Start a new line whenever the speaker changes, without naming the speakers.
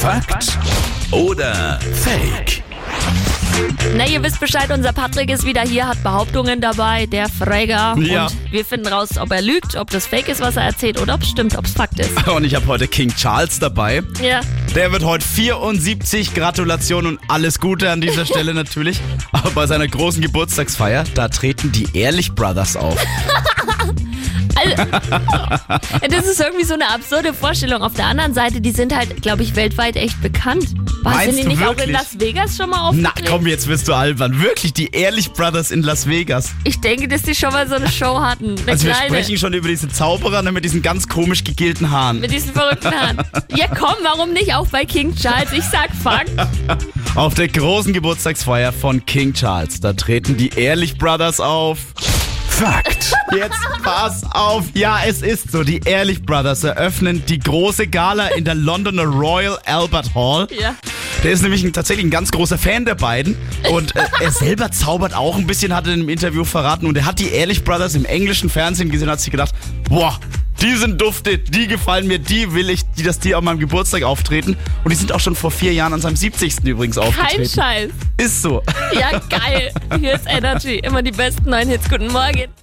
Fakt oder Fake?
Na, ihr wisst Bescheid, unser Patrick ist wieder hier, hat Behauptungen dabei, der Fräger.
Ja.
Und wir finden raus, ob er lügt, ob das Fake ist, was er erzählt, oder ob es stimmt, ob es Fakt ist.
Und ich habe heute King Charles dabei.
Ja.
Der wird heute 74. Gratulation und alles Gute an dieser Stelle natürlich. Aber bei seiner großen Geburtstagsfeier, da treten die Ehrlich Brothers auf.
Das ist irgendwie so eine absurde Vorstellung. Auf der anderen Seite, die sind halt, glaube ich, weltweit echt bekannt. War,
Meinst
sind die
du
nicht auch in
wirklich?
Las Vegas schon mal
Na
aufgetreten?
komm, jetzt wirst du albern. Wirklich, die Ehrlich Brothers in Las Vegas.
Ich denke, dass die schon mal so eine Show hatten. Eine
Also wir
kleine.
sprechen schon über diese Zauberer ne, mit diesen ganz komisch gegelten Haaren.
mit diesen verrückten Haaren. Ja komm, warum nicht auch bei King Charles? Ich sag Fakt.
Auf der großen Geburtstagsfeier von King Charles, da treten die Ehrlich Brothers auf.
Fakt
Jetzt pass auf. Ja, es ist so. Die Ehrlich Brothers eröffnen die große Gala in der Londoner Royal Albert Hall.
Ja.
Der ist nämlich ein, tatsächlich ein ganz großer Fan der beiden. Und äh, er selber zaubert auch ein bisschen, hat er im Interview verraten. Und er hat die Ehrlich Brothers im englischen Fernsehen gesehen und hat sich gedacht, boah, die sind dufte, die gefallen mir, die will ich, die, dass die an meinem Geburtstag auftreten. Und die sind auch schon vor vier Jahren an seinem 70. übrigens
Kein
aufgetreten.
Scheiß.
Ist so.
Ja, geil. Hier ist Energy. Immer die besten neuen Hits. Guten Morgen.